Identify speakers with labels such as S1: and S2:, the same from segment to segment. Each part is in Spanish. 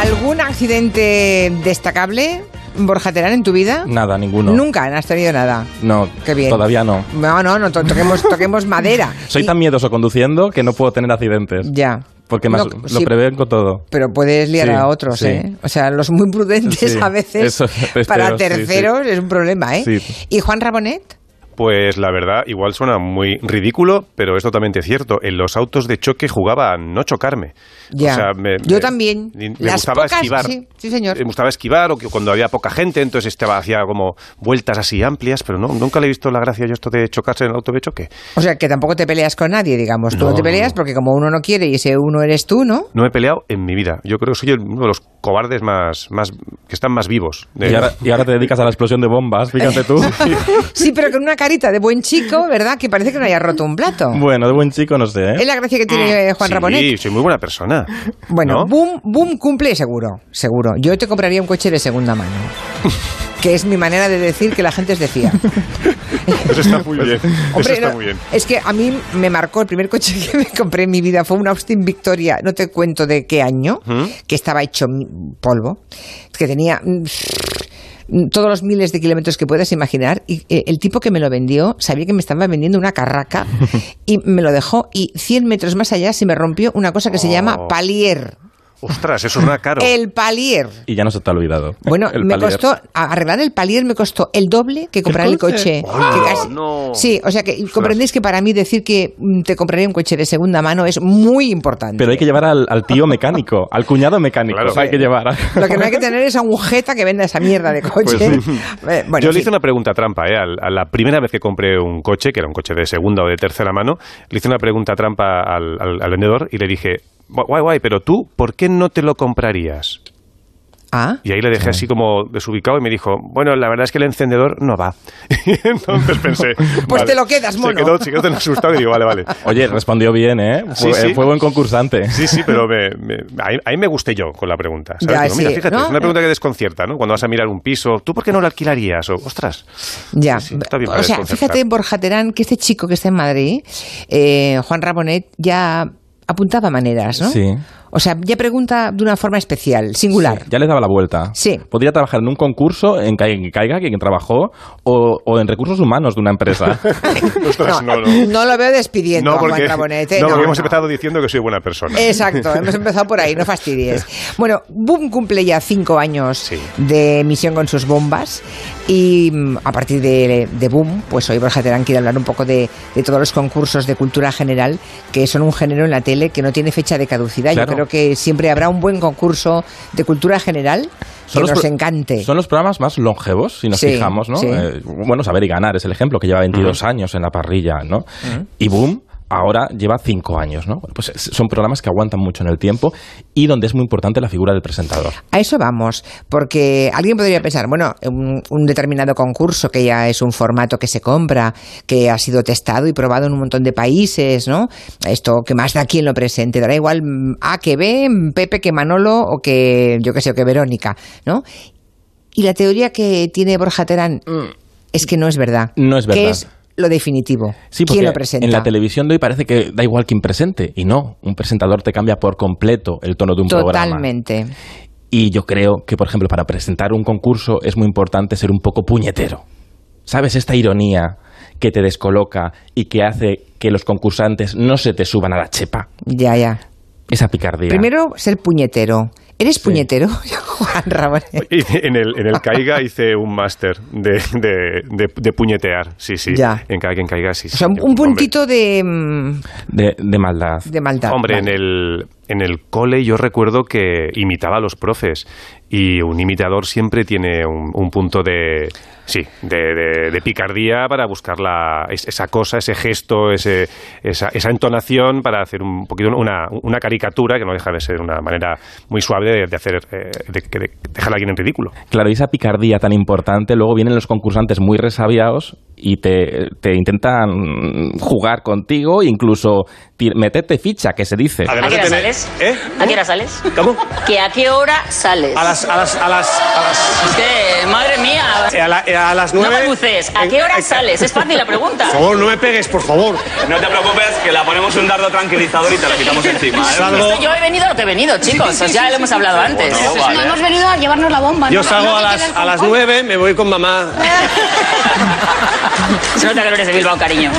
S1: ¿Algún accidente destacable, Borja Terán, en tu vida?
S2: Nada, ninguno.
S1: Nunca no has tenido nada.
S2: No,
S1: Qué bien.
S2: todavía no.
S1: No, no, no, to- toquemos, toquemos madera.
S2: Soy
S1: Y-
S2: tan miedoso conduciendo que no puedo tener accidentes.
S1: Ya.
S2: Porque más,
S1: No,
S2: lo
S1: sí,
S2: prevengo todo.
S1: Pero puedes liar
S2: Sí,
S1: a otros,
S2: sí.
S1: ¿eh? O sea, los muy prudentes
S2: Sí,
S1: a veces
S2: eso, terceros,
S1: para
S2: sí,
S1: terceros es un problema, ¿eh?
S2: Sí.
S1: ¿Y Juan Rabonet?
S3: Pues la verdad, igual suena muy ridículo, pero es totalmente cierto. En los autos de choque jugaba a no chocarme.
S1: Ya. Yo también.
S3: Me me
S1: Las
S3: gustaba
S1: pocas-
S3: esquivar.
S1: sí, sí, señor.
S3: Me gustaba esquivar o que cuando había poca gente, entonces estaba hacía como vueltas así amplias, pero no, nunca le he visto la gracia yo esto de chocarse en el auto de choque.
S1: O sea, que tampoco te peleas con nadie, digamos. Tú no,
S3: No,
S1: te
S3: no,
S1: peleas
S3: no.
S1: porque como uno no quiere y ese uno eres tú, ¿no?
S3: No me he peleado en mi vida. Yo creo que soy el- uno de los cobardes más, más que están más vivos. de-
S2: Y ahora, y ahora te dedicas a la explosión de bombas, fíjate tú.
S1: Sí, pero con una carita de buen chico, ¿verdad? Que parece que no haya roto un plato.
S2: bueno, de buen chico no sé, ¿eh?
S1: Es la gracia que tiene eh, Juan
S3: Ah, sí,
S1: Rabonet.
S3: soy muy buena persona.
S1: Bueno,
S3: ¿no?
S1: boom, boom cumple seguro, seguro. Yo te compraría un coche de segunda mano. Que es mi manera de decir que la gente es de fía.
S3: Eso está muy bien. Eso
S1: Hombre,
S3: está
S1: no,
S3: muy bien.
S1: Es que a mí me marcó el primer coche que me compré en mi vida. Fue un Austin Victoria, no te cuento de qué año, que estaba hecho mi- polvo, que tenía mm, todos los miles de kilómetros que puedas imaginar. Y eh, el tipo que me lo vendió sabía que me estaba vendiendo una carraca y me lo dejó. Y 100 metros más allá se me rompió una cosa que se llama
S3: Oh.
S1: palier.
S3: Ostras, eso suena caro.
S1: El palier.
S2: Y ya no se te ha olvidado.
S1: Bueno,
S2: El
S1: me
S2: palier.
S1: costó a- arreglar el palier me costó el doble que comprar el, coche.
S3: Hola,
S1: Que casi-
S3: no.
S1: Sí, o sea que comprendéis que para mí decir que mm, te compraría un coche de segunda mano es muy importante.
S2: Pero hay que llevar al, al tío mecánico, al cuñado mecánico.
S3: Claro.
S2: Hay que llevar. a-
S1: Lo que no hay que tener es a un jeta que venda esa mierda de coche. Eh, bueno,
S3: Pues Yo
S1: sí.
S3: le hice una pregunta trampa, ¿eh? Al- A la primera vez que compré un coche, que era un coche de segunda o de tercera mano, le hice una pregunta trampa al, al- al vendedor y le dije, guay, guay, pero tú, ¿por qué no te lo comprarías?
S1: Ah,
S3: Y ahí le dejé así como desubicado y me dijo, bueno, la verdad es que el encendedor no va. Y entonces pensé...
S1: Pues te lo quedas, mono.
S3: Se quedó, se quedó tan asustado y digo, vale, vale.
S2: Oye, respondió bien, ¿eh? Fue,
S3: Sí, sí.
S2: fue buen concursante.
S3: Sí, sí, pero me, me- ahí, ahí me gusté yo con la pregunta. ¿sabes?
S1: Ya,
S3: Digo, mira,
S1: sí,
S3: fíjate,
S1: ¿no?
S3: es una pregunta que desconcierta, ¿no? Cuando vas a mirar un piso, ¿tú por qué no lo alquilarías? O, ostras,
S1: ya.
S3: sí, está bien
S1: o
S3: para
S1: sea,
S3: desconcertar.
S1: fíjate, Borja Terán, que este chico que está en Madrid, eh, Juan Rabonet, ya apuntaba maneras, ¿no?
S2: Sí.
S1: O sea, ya pregunta de una forma especial, singular.
S2: Ya les daba la vuelta.
S1: Sí.
S2: Podría trabajar en un concurso en que, en que caiga quien trabajó o, o en recursos humanos de una empresa.
S3: ostras, no, no.
S1: No eh, lo veo despidiendo a Juan Rabonet. eh,
S3: no, porque hemos
S1: no. Eh,
S3: empezado diciendo que soy buena persona.
S1: Exacto, hemos empezado por ahí, no fastidies. Bueno, Boom cumple ya cinco años
S3: Sí.
S1: de misión con sus bombas y mm, a partir de, de Boom, pues hoy Borja Terán quiere hablar un poco de, de todos los concursos de cultura general que son un género en la tele que no tiene fecha de caducidad. Yo
S2: Claro.
S1: creo que siempre habrá un buen concurso de cultura general que
S2: Son los
S1: nos
S2: pro-
S1: encante.
S2: Son los programas más longevos, si nos
S1: Sí,
S2: fijamos, ¿no?
S1: sí.
S2: Eh, bueno, Saber y Ganar es el ejemplo, que lleva 22 años en la parrilla, ¿no? Y boom, ahora lleva 5 años, ¿no? Bueno, pues es- son programas que aguantan mucho en el tiempo y donde es muy importante la figura del presentador.
S1: A eso vamos, porque alguien podría pensar, bueno, un, un determinado concurso que ya es un formato que se compra, que ha sido testado y probado en un montón de países, ¿no? Esto que más da quien lo presente, dará igual mm, A que B, mm, Pepe que Manolo o que yo que sé, o que Verónica, ¿no? Y la teoría que tiene Borja Terán es que no es verdad.
S2: Mm. No es
S1: Que
S2: verdad.
S1: es lo definitivo.
S2: Sí, porque
S1: ¿Quién lo presenta?
S2: en la televisión de hoy parece que da igual quién presente, y no, un presentador te cambia por completo el tono de un programa.
S1: Totalmente.
S2: Y yo creo que, por ejemplo, para presentar un concurso es muy importante ser un poco puñetero. ¿Sabes? Esta ironía que te descoloca y que hace que los concursantes no se te suban a la chepa.
S1: Ya, ya.
S2: Esa picardía.
S1: Primero, ser puñetero. ¿Eres puñetero, Juan Ramón?
S3: Y en el, en el Caiga hice un máster de, de, de- de puñetear, sí, sí.
S1: Ya.
S3: En Caiga, en Caiga, sí.
S1: O sea, un, un puntito de, mm,
S2: de, de maldad.
S1: de maldad.
S3: Hombre,
S1: Vale.
S3: en, el, en el cole yo recuerdo que imitaba a los profes y un imitador siempre tiene un, un punto de... Sí, de, de- de picardía para buscar la, es- esa cosa, ese gesto, ese, esa, esa entonación para hacer un poquito una, una caricatura que no deja de ser una manera muy suave de, de hacer eh, de, de dejar a alguien en ridículo.
S2: Claro, y esa picardía tan importante, luego vienen los concursantes muy resabiados y te, te intentan jugar contigo, incluso ti- meterte ficha, que se dice.
S4: ¿A
S5: Además
S4: qué
S5: de
S4: hora
S5: tener-
S4: sales?
S5: ¿Eh?
S4: ¿A qué hora sales?
S5: ¿Cómo?
S4: ¿Que a qué hora sales?
S5: A las, a las, a las, a las,
S4: Es que, madre mía.
S5: eh, a la- eh, a las
S4: No
S5: nueve.
S4: balbuces. ¿A qué hora sales? Es fácil la pregunta.
S5: Por favor, no me pegues, por favor.
S6: No te preocupes, que la ponemos un dardo tranquilizador y te la quitamos encima. ¿eh?
S5: Salgo,
S4: Esto yo he venido o no te he venido, chicos. Os ya lo hemos hablado antes.
S6: Bueno,
S4: Eso es-
S6: vale.
S7: No hemos venido a llevarnos la bomba.
S5: yo
S7: ¿no?
S5: salgo
S7: No
S5: a
S7: te
S5: las,
S7: quedes
S5: a
S7: con-
S5: las nueve, me voy con mamá.
S4: Se nota que no eres de Bilbao, cariño.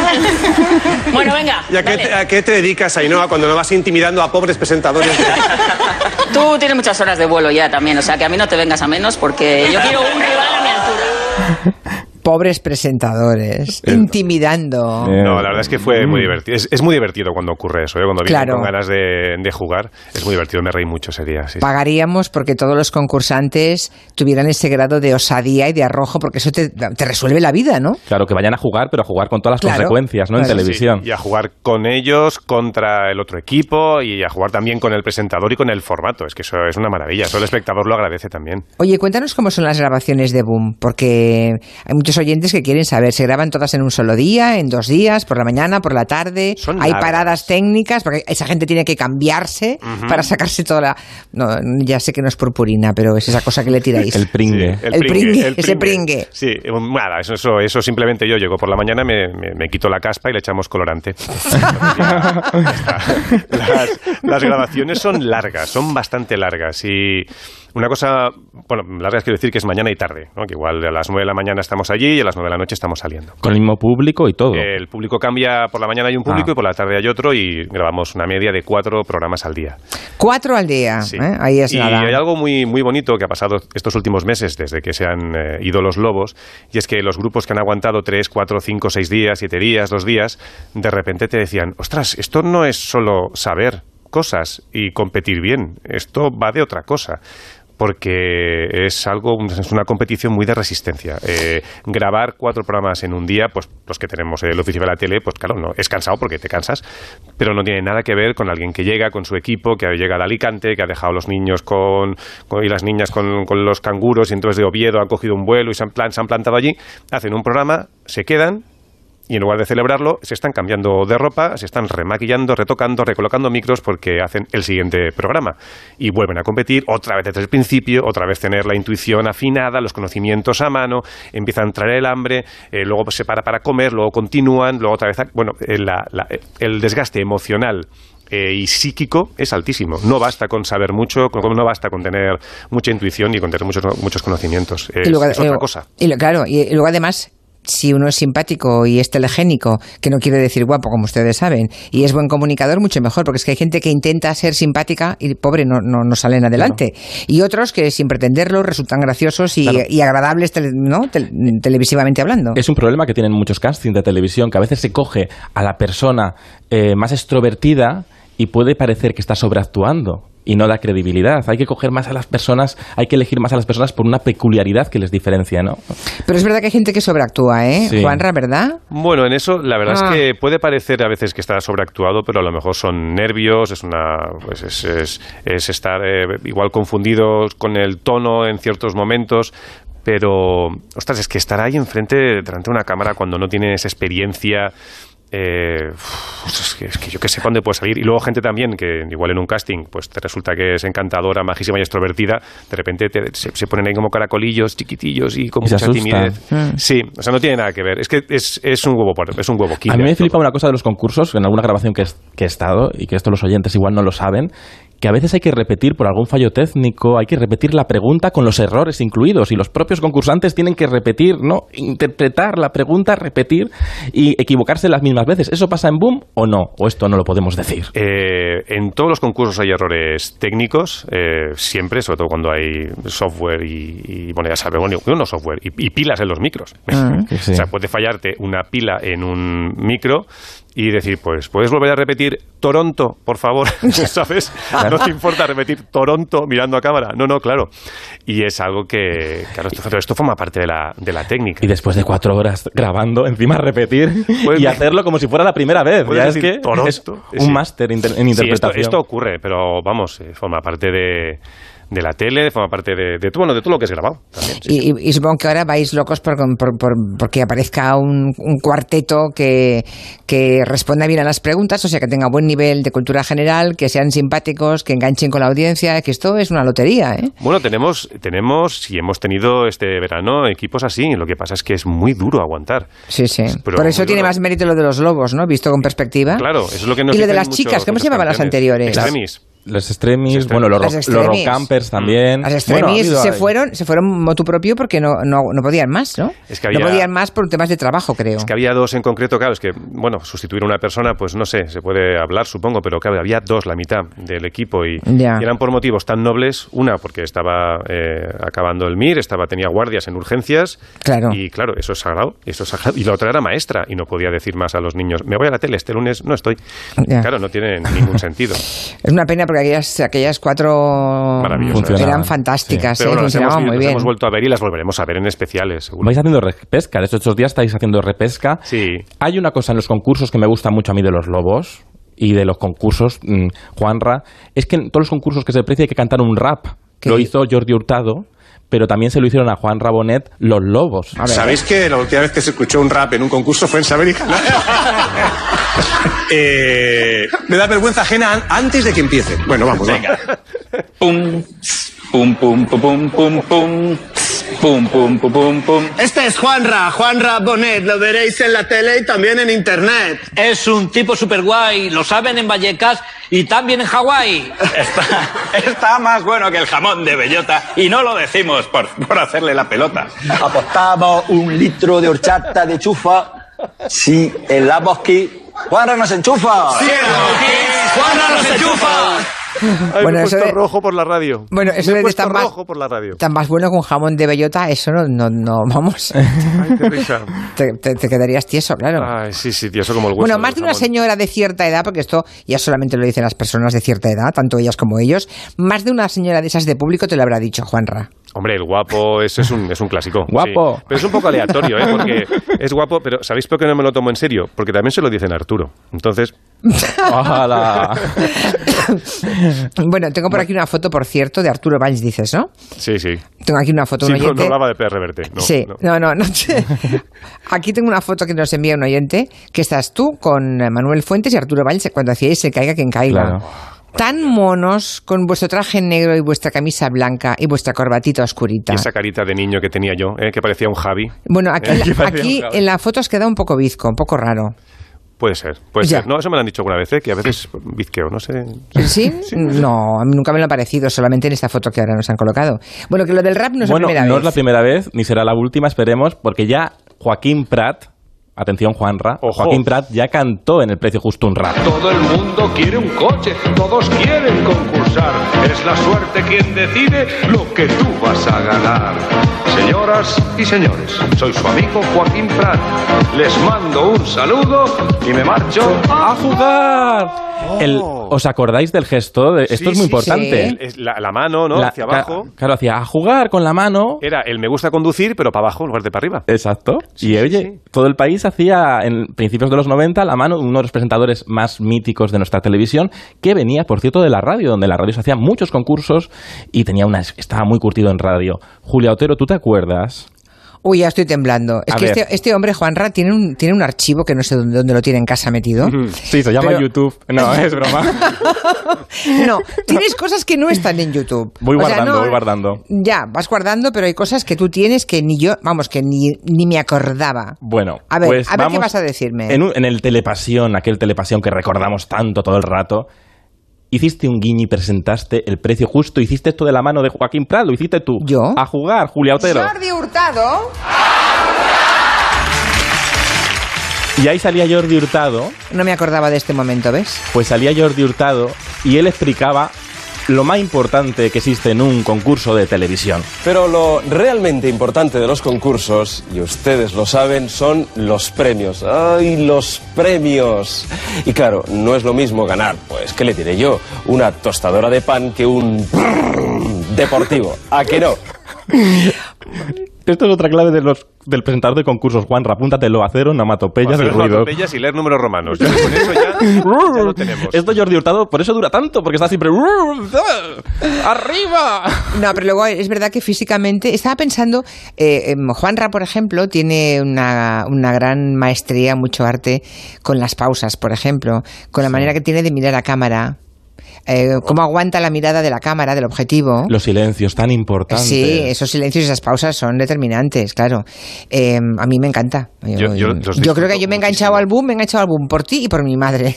S4: Bueno, venga.
S5: ¿Y a qué,
S4: dale.
S5: te- a qué te dedicas, Ainhoa, cuando no vas intimidando a pobres presentadores?
S4: Tú tienes muchas horas de vuelo ya también, o sea que a mí no te vengas a menos porque yo quiero un rival a mi altura.
S1: Pobres presentadores,
S3: Eh,
S1: intimidando.
S2: Eh,
S3: No, la verdad es que fue muy divertido. Es, es muy divertido cuando ocurre eso, ¿eh? cuando vienen
S1: Claro.
S3: con ganas de, de jugar. Es muy divertido, me reí mucho ese día. sí, sí.
S1: Pagaríamos porque todos los concursantes tuvieran ese grado de osadía y de arrojo, porque eso te, te resuelve la vida, ¿no?
S2: Claro, que vayan a jugar, pero a jugar con todas las
S1: Claro.
S2: consecuencias, ¿no?
S1: Claro.
S2: en televisión.
S3: Y a jugar con ellos, contra el otro equipo y a jugar también con el presentador y con el formato. Es que eso es una maravilla. Eso el espectador lo agradece también.
S1: Oye, cuéntanos cómo son las grabaciones de Boom, porque hay muchos oyentes que quieren saber, ¿se graban todas en un solo día, en dos días, por la mañana, por la tarde?
S3: Son
S1: ¿Hay
S3: largas.
S1: paradas técnicas? Porque esa gente tiene que cambiarse para sacarse toda la... No, ya sé que no es purpurina, pero es esa cosa que le tiráis.
S2: El pringue.
S3: Sí,
S1: El pringue, ese pringue.
S3: Sí, eh, nada, eso, eso, eso simplemente yo llego por la mañana, me, me- me quito la caspa y le echamos colorante. las, las grabaciones son largas, son bastante largas. Y una cosa, bueno, largas quiero decir que es mañana y tarde, ¿no? que igual a las 9 de la mañana estamos allí y a las 9 de la noche estamos saliendo.
S2: Con el mismo público y todo.
S3: El público cambia, por la mañana hay un público
S2: Ah.
S3: y por la tarde hay otro y grabamos una media de cuatro programas al día.
S1: Cuatro al día,
S3: Sí.
S1: Ah, ¿eh? ahí es
S3: y
S1: nada.
S3: hay algo muy, muy bonito que ha pasado estos últimos meses desde que se han eh, ido los lobos, y es que los grupos que han aguantado 3, 4, 5, 6 días, 7 días, 2 días, de repente te decían, ostras, esto no es solo saber cosas y competir bien, esto va de otra cosa. Porque es algo, es una competición muy de resistencia. Eh, grabar cuatro programas en un día, pues los que tenemos el oficio de la tele, pues claro, no, es cansado porque te cansas, pero no tiene nada que ver con alguien que llega con su equipo, que llega de Alicante, que ha dejado a los niños con, con- y las niñas con, con los canguros, y entonces de Oviedo han cogido un vuelo y se han, plan- se han plantado allí, hacen un programa, se quedan. Y en lugar de celebrarlo, se están cambiando de ropa, se están remaquillando, retocando, recolocando micros porque hacen el siguiente programa. Y vuelven a competir otra vez desde el principio, otra vez tener la intuición afinada, los conocimientos a mano, empieza a entrar el hambre, eh, luego se para para comer, luego continúan, luego otra vez... a- Bueno, eh, la- la- el desgaste emocional eh, y psíquico es altísimo. No basta con saber mucho, con- no basta con tener mucha intuición y con tener muchos, muchos conocimientos. Es,
S1: Y luego-
S3: es otra
S1: luego-
S3: cosa.
S1: y lo- claro, y luego además, si uno es simpático y es telegénico, que no quiere decir guapo, como ustedes saben, y es buen comunicador, mucho mejor, porque es que hay gente que intenta ser simpática y pobre, no, no, no salen adelante. Y otros que sin pretenderlo resultan graciosos y, y agradables, tele- ¿no? Tel- televisivamente hablando.
S2: Es un problema que tienen muchos castings de televisión, que a veces se coge a la persona eh, más extrovertida y puede parecer que está sobreactuando y no da credibilidad. Hay que coger más a las personas, hay que elegir más a las personas por una peculiaridad que les diferencia, ¿no?
S1: Pero es verdad que hay gente que sobreactúa, ¿eh?
S2: Sí.
S1: Juanra, ¿verdad?
S3: Bueno, en eso la verdad
S1: Ah.
S3: es que puede parecer a veces que está sobreactuado, pero a lo mejor son nervios, es una pues es, es- es estar eh, igual confundidos con el tono en ciertos momentos. Pero, ostras, es que estar ahí enfrente, delante de una cámara, cuando no tienes experiencia, eh, uf, es, que, es que yo qué sé pa' dónde puede salir. Y luego gente también que igual en un casting pues te resulta que es encantadora, majísima y extrovertida, de repente te- se, se ponen ahí como caracolillos chiquitillos y con
S2: Y se
S3: mucha
S2: asusta.
S3: timidez.
S2: Mm.
S3: Sí, o sea, no tiene nada que ver. Es que es, es un huevo por- es un huevo
S2: A mí me
S3: kinder,
S2: flipa
S3: todo.
S2: una cosa de los concursos, en alguna grabación que, es- que he estado, y que esto los oyentes igual no lo saben, que a veces hay que repetir por algún fallo técnico, hay que repetir la pregunta con los errores incluidos, y los propios concursantes tienen que repetir, ¿no? Interpretar la pregunta, repetir y equivocarse las mismas veces. ¿Eso pasa en Boom o no? ¿O esto no lo podemos decir?
S3: Eh, en todos los concursos hay errores técnicos, eh, siempre, sobre todo cuando hay software y, y, bueno, ya sabes, bueno, no software, y, y pilas en los micros.
S2: Ah, que sí.
S3: O sea, puede fallarte una pila en un micro y decir, pues, ¿puedes volver a repetir Toronto, por favor? ¿Sabes? No te importa repetir Toronto mirando a cámara. No, no, claro. Y es algo que, claro, esto, pero esto forma parte de la, de la técnica.
S2: Y después de cuatro horas grabando, encima repetir
S3: Puedes-
S2: y hacerlo como si fuera la primera vez.
S3: Pues Puedes
S2: Ya es
S3: decir
S2: que
S3: Toronto.
S2: es
S3: Sí.
S2: un máster inter- en
S3: Sí, esto-
S2: interpretación.
S3: esto, ocurre, pero vamos, eh, forma parte de, de la tele, forma parte de, de, bueno, de todo lo que es grabado. También, sí.
S1: Y, y- y supongo que ahora vais locos por, por- por- porque aparezca un, un cuarteto que, que responda bien a las preguntas, o sea, que tenga buen nivel de cultura general, que sean simpáticos, que enganchen con la audiencia, que esto es una lotería, ¿eh?
S3: Bueno, tenemos, tenemos y hemos tenido este verano equipos así. Lo que pasa es que es muy duro aguantar.
S1: Sí, sí.
S3: Pero
S1: por eso
S3: muy
S1: tiene
S3: duro.
S1: más mérito lo de los lobos, ¿no? Visto con perspectiva.
S3: Claro, eso es lo que nos
S1: ¿Ah? Y lo de
S3: dicen
S1: las
S3: muchos-
S1: chicas, ¿cómo se
S3: muchos
S1: llamaban las
S3: campeones.
S1: anteriores?
S3: Extremis.
S2: Los extremis,
S3: Los
S2: bueno, los, ro-
S1: extremis.
S2: los rock campers también.
S1: Las
S2: Bueno, ha
S1: extremis
S2: habido
S1: se
S2: ahí.
S1: fueron, se fueron motu propio porque no, no, no podían más, ¿no?
S3: Es que había-
S1: No podían más por temas de trabajo, creo.
S3: Es que había dos en concreto, claro, es que, bueno, sustituir a una persona, pues no sé, se puede hablar, supongo, pero claro, había dos, la mitad del equipo, y,
S1: Ya.
S3: y eran por motivos tan nobles, una porque estaba eh, acabando el MIR, estaba, tenía guardias en urgencias,
S1: Claro.
S3: y claro, eso es sagrado, eso es sagrado, y la otra era maestra, y no podía decir más a los niños, me voy a la tele, este lunes no estoy.
S1: Ya.
S3: Claro, no tiene ningún sentido.
S1: Es una pena porque aquellas, aquellas cuatro
S3: Maravillosas.
S1: eran
S2: Funcionaban,
S1: fantásticas,
S3: Pero
S1: ¿eh?
S3: bueno, las hemos,
S1: funcionaban muy
S3: las
S1: bien.
S3: hemos vuelto a ver y las volveremos a ver en especiales, seguro.
S2: Vais haciendo repesca, de hecho, estos días estáis haciendo repesca.
S3: Sí.
S2: Hay una cosa en los concursos que me gusta mucho a mí de los lobos y de los concursos, mm, Juanra, es que en todos los concursos que se precia hay que cantar un rap.
S1: ¿Qué?
S2: Lo hizo Jordi Hurtado, pero también se lo hicieron a Juan Rabonet los lobos.
S1: A ver.
S5: ¿Sabéis que la última vez que se escuchó un rap en un concurso fue en Saber y Ganar? Eh, me da vergüenza ajena an- antes de que empiece. Bueno, vamos, venga.
S6: Pum, pum, pum, pum, pum, pum, pum, pum, pum, pum, pum, pum.
S7: Este es Juanra, Juanra Bonet, lo veréis en la tele y también en internet.
S8: Es un tipo super guay, lo saben en Vallecas y también en Hawái.
S6: Está, está más bueno que el jamón de bellota y no lo decimos por, por hacerle la pelota.
S9: apostaba un litro de horchata de chufa si el Aboski Juanra nos enchufa.
S6: ¡Juana los enchufa!
S3: Ay,
S1: Bueno,
S3: me he
S1: eso
S3: puesto
S1: de-
S3: rojo por la radio.
S1: Bueno, eso
S3: me he
S1: de
S3: puesto
S1: tan más-
S3: rojo por la radio.
S1: Tan más bueno que un jamón de bellota, eso no, no, no vamos.
S3: Ay, qué risa.
S1: te, te- te quedarías tieso, claro.
S3: Ay, sí, sí, tío, eso como Ah, el hueso.
S1: Bueno,
S3: del
S1: más de una
S3: jamón.
S1: señora de cierta edad, porque esto ya solamente lo dicen las personas de cierta edad, tanto ellas como ellos, más de una señora de esas de público te lo habrá dicho, Juanra.
S3: Hombre, el guapo es, es, un, es un clásico.
S2: Guapo.
S3: sí. Pero es un poco aleatorio, ¿eh? Porque es guapo, pero ¿sabéis por qué no me lo tomo en serio? Porque también se lo dicen a Arturo. Entonces,
S2: ¡Hala!
S1: bueno, tengo por aquí una foto, por cierto, de Arturo Valls, dices, ¿no?
S3: sí, sí.
S1: Tengo aquí una foto
S3: Sí,
S1: de un
S3: no, no
S1: oyente.
S3: hablaba de P. Reverte. No,
S1: sí,
S3: no.
S1: no, no, no. Aquí tengo una foto que nos envía un oyente, que estás tú con eh, Manuel Fuentes y Arturo Valls cuando hacíais Se caiga quien caiga.
S2: Claro.
S1: Tan monos con vuestro traje negro y vuestra camisa blanca y vuestra corbatita oscurita.
S3: Y esa carita de niño que tenía yo, ¿eh? que parecía un Javi.
S1: Bueno, aquí,
S3: Eh, que parecía
S1: aquí
S3: un Javi.
S1: en la foto has quedado un poco bizco, un poco raro.
S3: Puede ser, puede
S1: Ya.
S3: ser. No, eso me lo han dicho alguna vez, ¿eh? que a veces bizqueo, no sé.
S1: ¿Sí? No, a mí nunca me lo ha parecido, solamente en esta foto que ahora nos han colocado. Bueno, que lo del rap no es
S2: bueno,
S1: la primera
S2: no
S1: vez.
S2: es la primera vez, ni será la última, esperemos, porque ya Joaquín Prat, atención Juanra,
S3: Ojo.
S2: Joaquín Prat ya cantó en el precio justo un rap.
S10: Todo el mundo quiere un coche, todos quieren concursar. Es la suerte quien decide lo que tú vas a ganar. Señoras y señores, soy su amigo Joaquín Prat. Les mando un saludo y me marcho a
S2: jugar. El- ¿Os acordáis del gesto? De- esto
S3: Sí,
S2: es muy
S3: sí,
S2: importante.
S1: sí.
S3: Es La, la mano, ¿no?
S2: La-
S3: Hacia
S2: ca-
S3: abajo.
S2: Claro, hacia a jugar con la mano.
S3: Era el me gusta conducir, pero para abajo en lugar de para arriba.
S2: Exacto.
S3: Sí,
S2: y
S3: sí,
S2: oye,
S3: sí.
S2: todo el país hacía en principios de los 90 la mano de uno de los presentadores más míticos de nuestra televisión, que venía, por cierto, de la radio, donde la radio se hacían muchos concursos y tenía una estaba muy curtido en radio. Julia Otero, ¿tú te acuerdas?
S1: Uy, ya estoy temblando. Es
S2: A
S1: que
S2: ver.
S1: este, este hombre, Juanra, tiene un, tiene un archivo que no sé dónde, dónde lo tiene en casa metido.
S2: Sí, se llama
S1: Pero-
S2: YouTube. No, es broma.
S1: No, tienes cosas que no están en YouTube.
S2: Voy guardando, voy guardando.
S1: Ya, vas guardando, pero hay cosas que tú tienes que ni yo, vamos, que ni, ni me acordaba.
S2: Bueno,
S1: A ver,
S2: pues
S1: a ver qué
S2: vamos
S1: vas a decirme.
S2: En, un- en el Telepasión, aquel Telepasión que recordamos tanto todo el rato, hiciste un guiño y presentaste el precio justo. Hiciste esto de la mano de Joaquín Prat, lo hiciste tú.
S1: ¿Yo?
S2: A jugar, Julia Otero.
S1: Jordi Hurtado.
S2: Y ahí salía Jordi Hurtado,
S1: No me acordaba de este momento, ¿ves?
S2: pues salía Jordi Hurtado y él explicaba lo más importante que existe en un concurso de televisión.
S11: Pero lo realmente importante de los concursos, y ustedes lo saben, son los premios. ¡Ay, los premios! Y claro, no es lo mismo ganar, pues, ¿qué le diré yo? Una tostadora de pan que un deportivo. ¿A que no?
S2: Esto es otra clave de los, del presentador de concursos. Juan, apúntatelo a cero, namatopeyas y
S3: Hacer
S2: ruidos.
S3: onomatopeyas y leer números romanos. Ya con eso ya, ya lo tenemos.
S2: Esto Jordi Hurtado, por eso dura tanto, porque está siempre... ¡Arriba!
S1: No, pero luego es verdad que físicamente. Estaba pensando, eh, em, Juanra, por ejemplo, tiene una, una gran maestría, mucho arte con las pausas, por ejemplo, con la manera que tiene de mirar a cámara, eh, cómo aguanta la mirada de la cámara, del objetivo.
S2: Los silencios tan importantes.
S1: Sí, esos silencios y esas pausas son determinantes, claro. Eh, a mí me encanta.
S3: Yo- yo los
S1: yo creo que yo me he enganchado al boom, me he enganchado al boom por ti y por mi madre.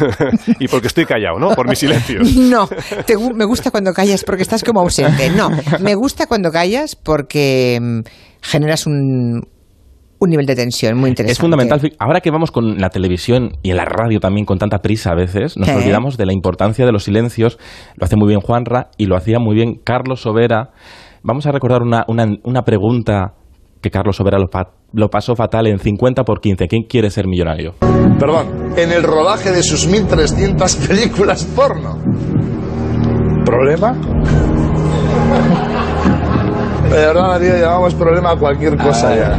S3: y porque estoy callado, ¿no? Por mi silencio.
S1: No, te gu- me gusta cuando callas porque estás como ausente. No, me gusta cuando callas porque mm, generas un, un nivel de tensión muy interesante.
S2: Es fundamental. Fi- Ahora que vamos con la televisión y en la radio también con tanta prisa a veces, nos
S1: Sí.
S2: olvidamos de la importancia de los silencios. Lo hace muy bien Juanra y lo hacía muy bien Carlos Sobera. Vamos a recordar una, una- una pregunta que Carlos Sobera lo, fa- lo pasó fatal en 50 por 15. ¿Quién quiere ser millonario?
S12: Perdón, en el rodaje de sus 1.300 películas porno. ¿Problema? De verdad, María, llamamos problema a cualquier cosa ya.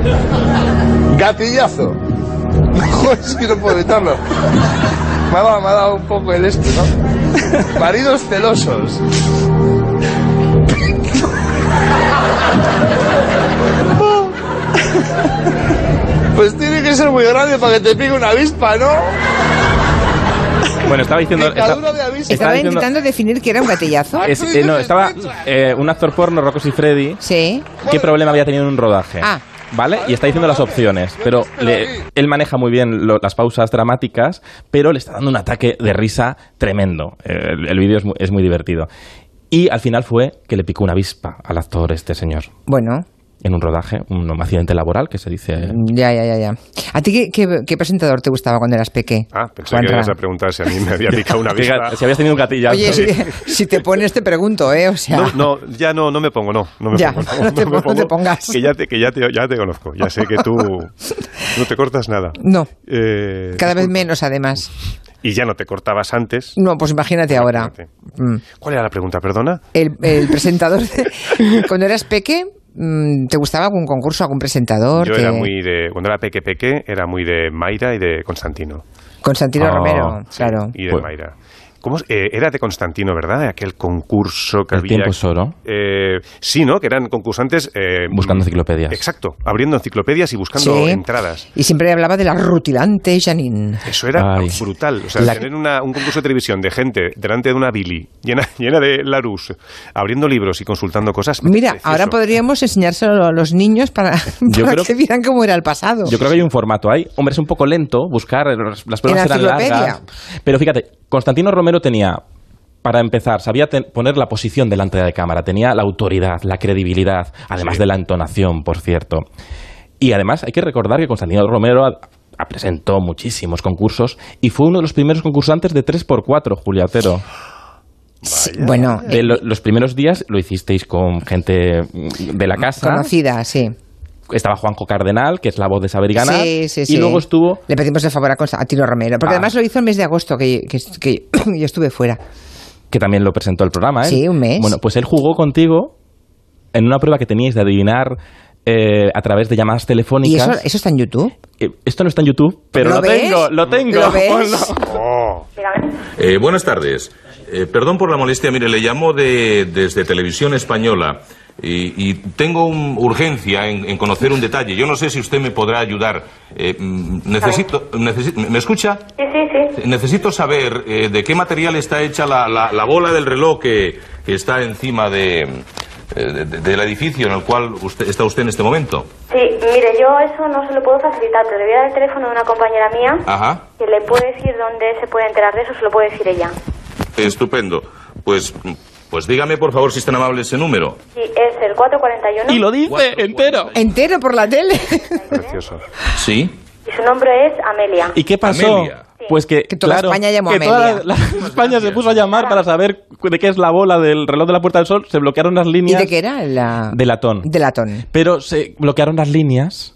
S12: Gatillazo. No, es que no puedo evitarlo. Me ha dado, me ha dado un poco el este, ¿no? Maridos celosos. Pues tiene que ser muy grande para que te pique una avispa, ¿no?
S2: Bueno, estaba diciendo... esta-
S12: Picadura de avispa.
S2: estaba
S1: Estaba
S2: diciendo-
S1: intentando definir que era un gatillazo.
S2: es- eh, no, estaba eh, un actor porno, Rocco y Freddy.
S1: Sí.
S2: ¿Qué problema había tenido en un rodaje?
S1: Ah.
S2: ¿Vale? Y está diciendo las opciones, pero le- él maneja muy bien lo- las pausas dramáticas, pero le está dando un ataque de risa tremendo. Eh, El, el vídeo es, mu- es muy divertido. Y al final fue que le picó una avispa al actor este señor.
S1: Bueno,
S2: En un rodaje, un accidente laboral que se dice...
S1: ya, ya, ya, ya. ¿A ti qué, qué- qué presentador te gustaba cuando eras peque?
S3: Ah, pensé que
S1: Juanra.
S3: ibas a preguntar si a mí me había picado una
S2: Diga,
S3: avispa.
S2: Si habías tenido un gatillo.
S1: Oye, si, si te pones te pregunto, ¿eh? O sea,
S3: No, no, ya no, no me pongo, no. No me
S1: Ya,
S3: pongo,
S1: no te
S3: me
S1: pon- no te pongas.
S3: Que, ya te, que ya, te, ya te conozco. Ya sé que tú no te cortas nada.
S1: No.
S3: Eh,
S1: cada vez menos además.
S3: Y ya no te cortabas antes.
S1: No, pues imagínate ahora. Mm.
S3: ¿Cuál era la pregunta, perdona?
S1: El, el presentador, de- cuando eras peque, mm, ¿te gustaba algún concurso, algún presentador?
S3: Yo
S1: que-
S3: era muy de. Cuando era peque peque, era muy de Mayra y de Constantino.
S1: Constantino Romero,
S3: Ah, Sí,
S1: claro.
S3: Y de
S2: Pues
S3: Mayra. ¿Cómo es? Eh, era de Constantino, ¿verdad? Aquel concurso que
S2: El
S3: había.
S2: tiempo es oro.
S3: Eh, sí, ¿no? Que eran concursantes. eh,
S2: Buscando enciclopedias.
S3: Exacto, abriendo enciclopedias y buscando
S1: Sí.
S3: entradas.
S1: Y siempre hablaba de la rutilante Janine.
S3: Eso era
S2: Ay.
S3: brutal. O sea,
S2: La-
S3: tener una- un concurso de televisión de gente delante de una Billy llena, llena de Larus, abriendo libros y consultando cosas.
S1: Mira,
S3: Precioso.
S1: ahora podríamos enseñárselo a los niños para,
S2: Yo
S1: para
S2: creo-
S1: que vieran cómo era el pasado.
S2: Yo creo que hay un formato ahí. Hombre, es un poco lento buscar, eh, las las pruebas
S1: En la
S2: eran
S1: enciclopedia.
S2: largas. Pero fíjate, Constantino Romero tenía, para empezar, sabía ten- poner la posición delante de la cámara, tenía la autoridad, la credibilidad, además de la entonación, por cierto. Y además hay que recordar que Constantino Romero a- a- presentó muchísimos concursos y fue uno de los primeros concursantes de 3x4, Julia Otero.
S1: Sí, bueno,
S2: De lo- los primeros días lo hicisteis con gente mm, de la
S1: Ah,
S2: casa.
S1: conocida, sí.
S2: Estaba Juanjo Cardenal, que es la voz de Saber y Ganar.
S1: Sí, sí,
S2: y
S1: sí.
S2: luego estuvo
S1: Le pedimos el favor a Constantino Romero, porque
S2: Ah.
S1: además lo hizo el mes de agosto que, que- que yo estuve fuera.
S2: que también lo presentó el programa, ¿eh?
S1: Sí, un mes.
S2: Bueno, pues él jugó contigo en una prueba que teníais de adivinar eh, a través de
S1: ¿Y
S2: llamadas
S1: eso,
S2: telefónicas.
S1: eso está en YouTube?
S2: Eh, esto no está en YouTube, pero
S1: ¿Lo
S2: lo,
S1: ves?
S2: tengo, lo tengo.
S1: ¿Lo ves?
S2: Ponlo.
S3: Oh,
S13: Eh, buenas tardes. Eh, perdón por la molestia. Mire, le llamo de, desde Televisión Española y, y tengo un- urgencia en, en conocer un detalle. Yo no sé si usted me podrá ayudar. Eh, mm, necesito, necesi- ¿Me me escucha?
S14: Sí, sí, sí.
S13: Necesito saber eh, de qué material está hecha la, la- la bola del reloj que, que está encima de, eh, de- de- del edificio en el cual usted- está usted en este momento.
S14: Sí, mire, yo eso no se lo puedo facilitar, pero le voy a dar el teléfono de una compañera mía
S5: Ah.
S13: Ajá.
S14: que le puede decir dónde se puede enterar de eso, se lo puede decir ella.
S13: Estupendo. Pues, pues dígame, por favor, si es tan amable ese número.
S14: Sí, es el 441.
S13: Y lo dice
S2: entero.
S1: Entero por la tele.
S3: precioso.
S13: Sí.
S14: Y su nombre es Amelia.
S2: ¿Y qué pasó?
S13: Amelia.
S2: Pues que,
S1: toda
S2: claro,
S1: España llamó a
S2: que toda
S1: Amelia.
S2: la- la España se puso a llamar para saber cu- de qué es la bola del reloj de la Puerta del Sol. Se bloquearon las
S1: ¿Y
S2: líneas
S1: de qué era? La...
S2: de latón.
S1: de latón.
S2: Pero se bloquearon las líneas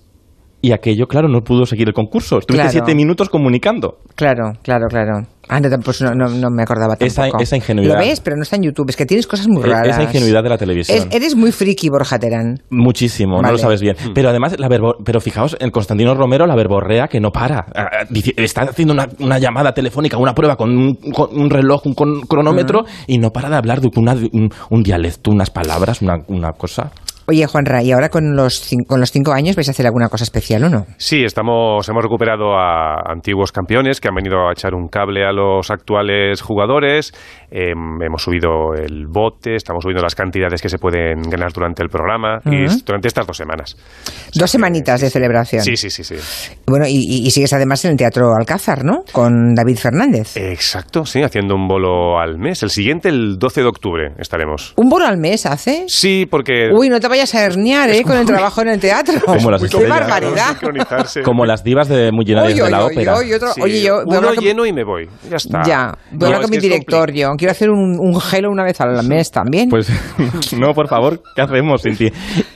S2: Y aquello, claro, no pudo seguir el concurso. Estuviste
S1: Claro.
S2: siete minutos comunicando.
S1: Claro, claro, claro. Ah, no, pues no, no- no me acordaba
S2: Esa-
S1: tampoco.
S2: esa ingenuidad.
S1: Lo ves, pero no está en YouTube. Es que tienes cosas muy
S2: E-
S1: raras.
S2: Esa ingenuidad de la televisión.
S1: Es- eres muy friki, Borja Terán.
S2: Muchísimo, no
S1: Vale.
S2: lo sabes bien. Pero además, la verbo- pero fijaos, en Constantino Romero la verborrea que no para. Ah, ah, dice- Está haciendo una, una llamada telefónica, una prueba con un, con un reloj, un con- cronómetro,
S1: Mm.
S2: y no para de hablar de una- un, un dialecto, unas palabras, una, una cosa.
S1: Oye, Juanra, ¿y ahora con los, cin- con los cinco años vais a hacer alguna cosa especial o no?
S3: Sí, estamos, hemos recuperado a antiguos campeones que han venido a echar un cable a los actuales jugadores. Em, hemos subido el bote, estamos subiendo las cantidades que se pueden ganar durante el programa
S1: Ujú.
S3: y es- durante estas dos semanas.
S1: Dos semanitas de celebración.
S3: Sí, sí, sí, sí.
S1: Bueno, y, y- y sigues además en el Teatro Alcázar, ¿no? Con David Fernández.
S3: Exacto, sí, haciendo un bolo al mes. El siguiente, el 12 de octubre, estaremos.
S1: ¿Un bolo al mes hace?
S3: Sí, porque...
S1: Uy, no te vayas a herniar, ¿eh? Con el trabajo en el teatro.
S2: Como las
S1: ¡Qué
S2: estrellas.
S1: barbaridad!
S2: Como las divas de Mullinarias
S1: Oy,
S2: de
S1: oy,
S2: la
S1: oy,
S2: ópera.
S1: oy, otro- oye, yo- voy a
S3: uno
S1: hablar con-
S3: lleno y me voy. Ya
S1: Ya,
S3: está.
S1: voy a hablar
S3: No, es
S1: con mi
S3: que es
S1: director yo. Quiero hacer un, un gelo una vez al mes también.
S2: Pues no, por favor, ¿qué hacemos sin ti?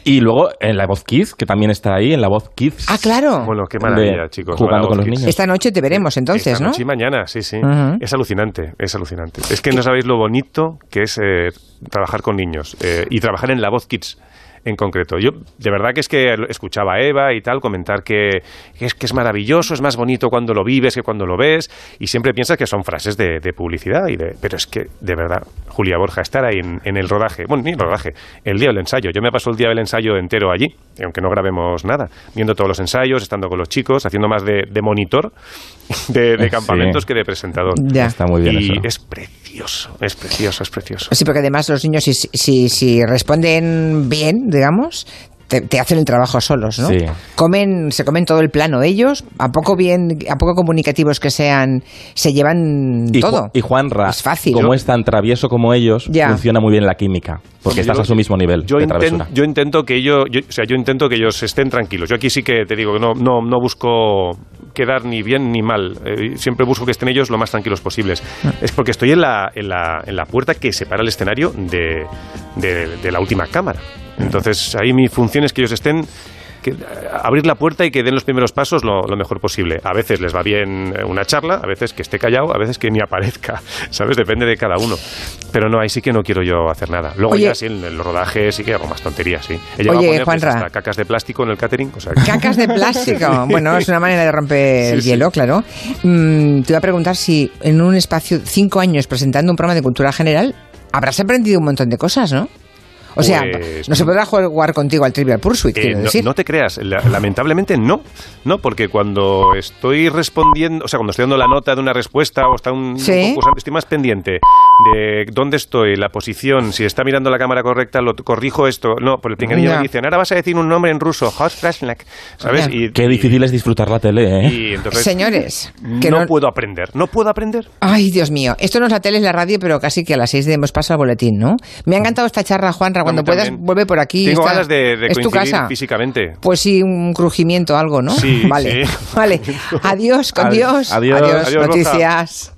S2: Y luego en la voz Kids, que también está ahí, en la voz Kids.
S1: Ah, claro.
S3: Bueno, qué maravilla,
S2: de-
S3: chicos, la
S2: Jugando
S3: voz
S2: con los
S3: Kids.
S2: niños.
S1: Esta noche te veremos entonces,
S3: Esta
S1: ¿no?
S3: noche y mañana, sí, sí.
S1: Ujú.
S3: Es alucinante, es alucinante. Es que no sabéis lo bonito que es eh, trabajar con niños eh, y trabajar en la voz Kids en concreto. Yo de verdad que es que lo- escuchaba a Eva y tal comentar que, que es, que es maravilloso, es más bonito cuando lo vives que cuando lo ves y siempre piensas que son frases de, de publicidad, y de, pero es que de verdad, Julia Borja, estar ahí en, en el rodaje, bueno, ni el rodaje, el día del ensayo, yo me paso el día del ensayo entero allí, aunque no grabemos nada, viendo todos los ensayos, estando con los chicos, haciendo más de, de monitor de, de
S2: Eh, Sí.
S3: campamentos que de presentador.
S1: Ya.
S2: Está muy bien
S3: y
S2: eso.
S3: es precioso, es precioso, es precioso.
S1: Sí, porque además los niños, si, si, si responden bien, digamos, te, te hacen el trabajo solos, ¿no?
S2: Sí.
S1: Comen, se comen todo el plano ellos, a poco bien, a poco comunicativos que sean, se llevan
S2: Y,
S1: todo.
S2: Ju- y Juanra,
S1: Es fácil.
S2: como
S1: Yo-
S2: es tan travieso como ellos,
S1: Ya.
S2: funciona muy bien la química. Porque
S3: Yo-
S2: estás a su mismo nivel
S3: Yo,
S2: de
S3: inten-
S2: travesura.
S3: yo intento que ellos, yo- o sea, yo intento que ellos estén tranquilos. Yo aquí sí que te digo que no, no, no busco quedar ni bien ni mal. Eh, siempre busco que estén ellos lo más tranquilos posibles. Es porque estoy en la, en la, en la puerta que separa el escenario de, de- de la última cámara. Entonces ahí mi función es que ellos estén que, eh, abrir la puerta y que den los primeros pasos lo, lo mejor posible. A veces les va bien eh, una charla, a veces que esté callado, a veces que ni aparezca, ¿sabes? Depende de cada uno. Pero no, ahí sí que no quiero yo hacer nada. Luego
S1: Oye.
S3: ya sí, en en los rodajes sí que hago más tonterías, sí. He llegado
S1: Oye,
S3: a poner pues,
S1: Juanra.
S3: hasta cacas de plástico en el catering, o sea que-
S1: Cacas de plástico.
S3: Sí.
S1: Bueno, es una manera de romper
S3: Sí,
S1: el
S3: sí.
S1: hielo, claro. Mm, te iba a preguntar si en un espacio, cinco años presentando un programa de cultura general, habrás aprendido un montón de cosas, ¿no? O sea,
S3: Pues-
S1: no se podrá jugar contigo al Trivial Pursuit,
S3: Eh,
S1: quiero
S3: no,
S1: decir.
S3: no te creas, la- lamentablemente no, no, porque cuando estoy respondiendo, o sea, cuando estoy dando la nota de una respuesta o está un,
S1: Sí.
S3: un concursante, estoy más pendiente de dónde estoy, la posición, si está mirando la cámara correcta, lo corrijo esto, no, por el pinganillo
S2: Ya.
S3: me dicen, ahora vas a decir un nombre en ruso, Hosprasnak", ¿sabes? Y,
S2: Qué difícil es disfrutar la tele, ¿eh?
S3: y entonces,
S1: Señores, que
S3: no,
S1: no-
S3: puedo aprender, no puedo aprender.
S1: Ay, Dios mío. Esto no es la tele, es la radio, pero casi que a las seis de hemos pasado el boletín, ¿no? Me ha encantado esta charla, Juanra. Cuando puedas,
S3: también.
S1: vuelve por aquí.
S3: Tengo
S1: Esta-
S3: ganas de, de
S1: es tu
S3: coincidir
S1: casa.
S3: físicamente.
S1: Pues sí, un crujimiento, algo, ¿no?
S3: Sí,
S1: vale.
S3: sí.
S1: Vale. Adiós, con
S3: Adiós.
S1: Dios.
S3: Adiós. Adiós, Borja.
S1: noticias.